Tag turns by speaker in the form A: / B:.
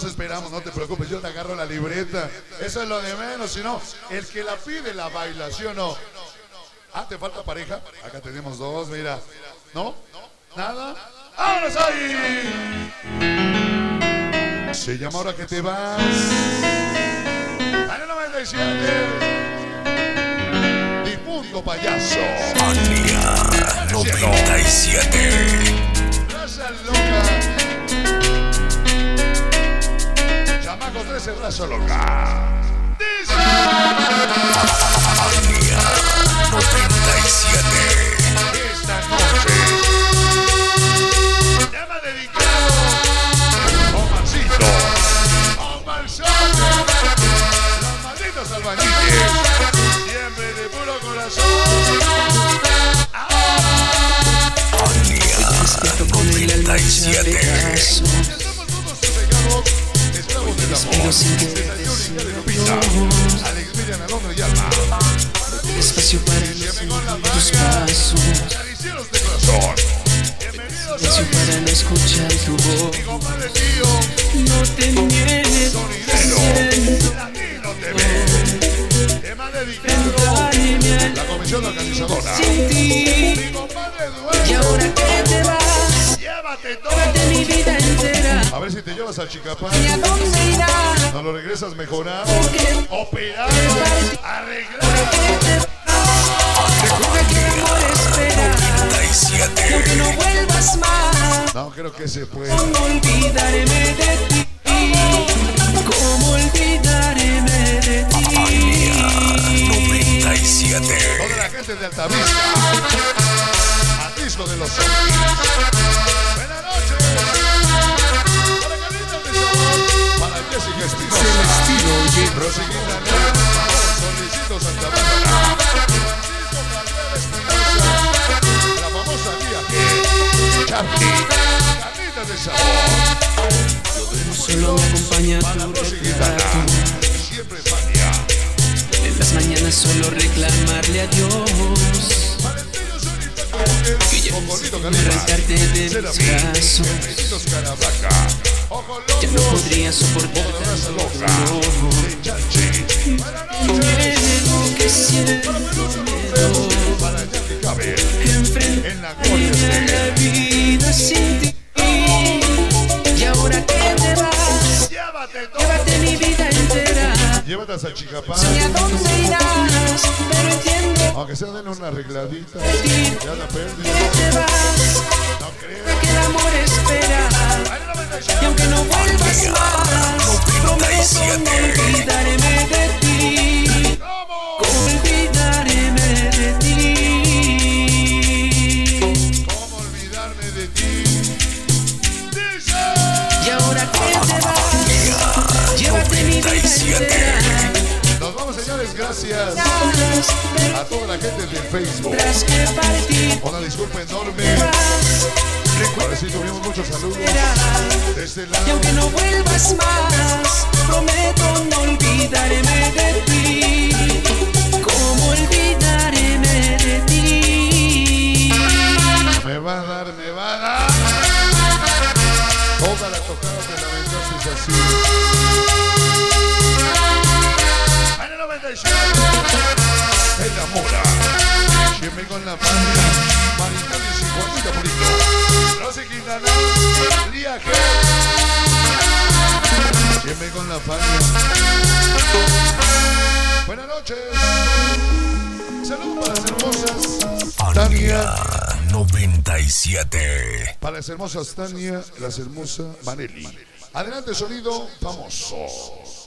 A: Nos esperamos, no te preocupes, yo te agarro la libreta. Eso es lo de menos, si no, el que la pide la baila, ¿sí o no? Ah, ¿te falta pareja? Acá tenemos dos, mira. ¿No? ¿Nada? ¡Vámonos ahí! Se llama Ahora que te vas. ¡Dale 97! ¡Difundo payaso!
B: Manía 97.
A: ¡Gracias, loca! Chamaco 13, brazo loca. Dice.
B: Manía 97.
A: Esta noche. Llama dedicado. Omarcito. Omarzote. Los malditos albañiles. Siempre de puro corazón.
B: Manía
C: con el alma hecha
B: 97.
C: pedazo.
A: Estamos todos sus pecados. Esclavos del amor.
C: Respiro sin que te
A: Desayuno y ya de Lupita.
C: desnudo.
A: Alex Miriam, Alondra y Alma.
C: Espacio para no sentir tus pasos.
A: Caricieros de corazón. Bienvenidos
C: Espacio
A: hoy.
C: para no escuchar tu voz.
A: Mi compadre tío.
C: No te niegues.
A: Sonidero, Latino TV, tema dedicado la comisión organizadora.
C: sin ti.
A: Mi compadre
C: Y
A: Eduardo,
C: ahora que te vas,
A: llévate todo.
C: de mi vida entera.
A: A ver si te llevas a Chicapán,
C: ¿Y a dónde irás?
A: nos lo regresas mejorado,
C: Porque
A: operado, arreglado.
C: Te juro que el amor espera,
B: 97.
C: que no vuelvas más.
A: No creo que se pueda.
C: ¿Cómo olvidarme de ti? ¿Cómo olvidarme de ti?
B: 97.
A: Toda la gente de Altavista, Atisco de los Zombies. Buenas noches. Para Carlitos de Sabor, para Jessica Espinosa. Rosiguita León, Solicito Santa Bárbara, Francisco Javier Espinosa, la famosa guía que Charly, Carnita de Sabor,
C: Solo me acompaña
A: para
C: tu
A: Rosy Guitana,
C: retrato.
A: siempre Fania,
C: En las mañanas suelo reclamarle a Dios.
A: Valentillo Solita Comunes, Ocolito Calima,
C: Arrancarte de mis
A: Serafín,
C: brazos.
A: Benditos Caravaca, Ojo Loco,
C: Ya no podría soportar
A: Poderosa
C: tanto
A: Loca,
C: dolor.
A: de Chanchi, buenas noches,
C: Miedo que siento,
A: para Pelucho Rompemos, para Jackie Cabel,
C: enfrentarme
A: en la Gloria
C: a
A: Estéreo.
C: la vida sin ti. Y ahora que te vas,
A: Llévate todo.
C: llévate mi vida entera.
A: Llévate a Sachicapán.
C: ¿Y a dónde irás? Pero entiendo
A: Aunque sea denle una arregladita.
C: de ti
A: Ya la perdí.
C: que te vas,
A: No creo.
C: que el amor espera.
A: Ay, no me
C: Y aunque no vuelvas más, prometo no olvidarme de ti,
A: dejamos.
C: olvidarme de ti.
A: ¿Cómo olvidarme de ti? Dice.
C: Y ahora que te vas, llévate mi vida entera.
A: Nos vamos, señores. Gracias
C: Verás
A: a toda la gente del Facebook.
C: que para ti
A: Una disculpa enorme.
C: vas,
A: Ahora sí tuvimos muchos saludos.
C: verás.
A: De este
C: Y
A: lado.
C: aunque no vuelvas más, prometo no olvidarme de ti. ¿Cómo olvidarme de ti?
A: Me va a dar, me va a dar. Toda la tocada de la ventana es así. Año 97. En la mora. Siempre con la familia. Maricalis y Juanita Purito. Rosy Quintana. Lía G. Siempre con la familia. Buenas noches. Saludos para las hermosas. Tania.
B: Manía 97.
A: Para las hermosas Tania, las hermosas Maneli. Adelante, sonido famoso.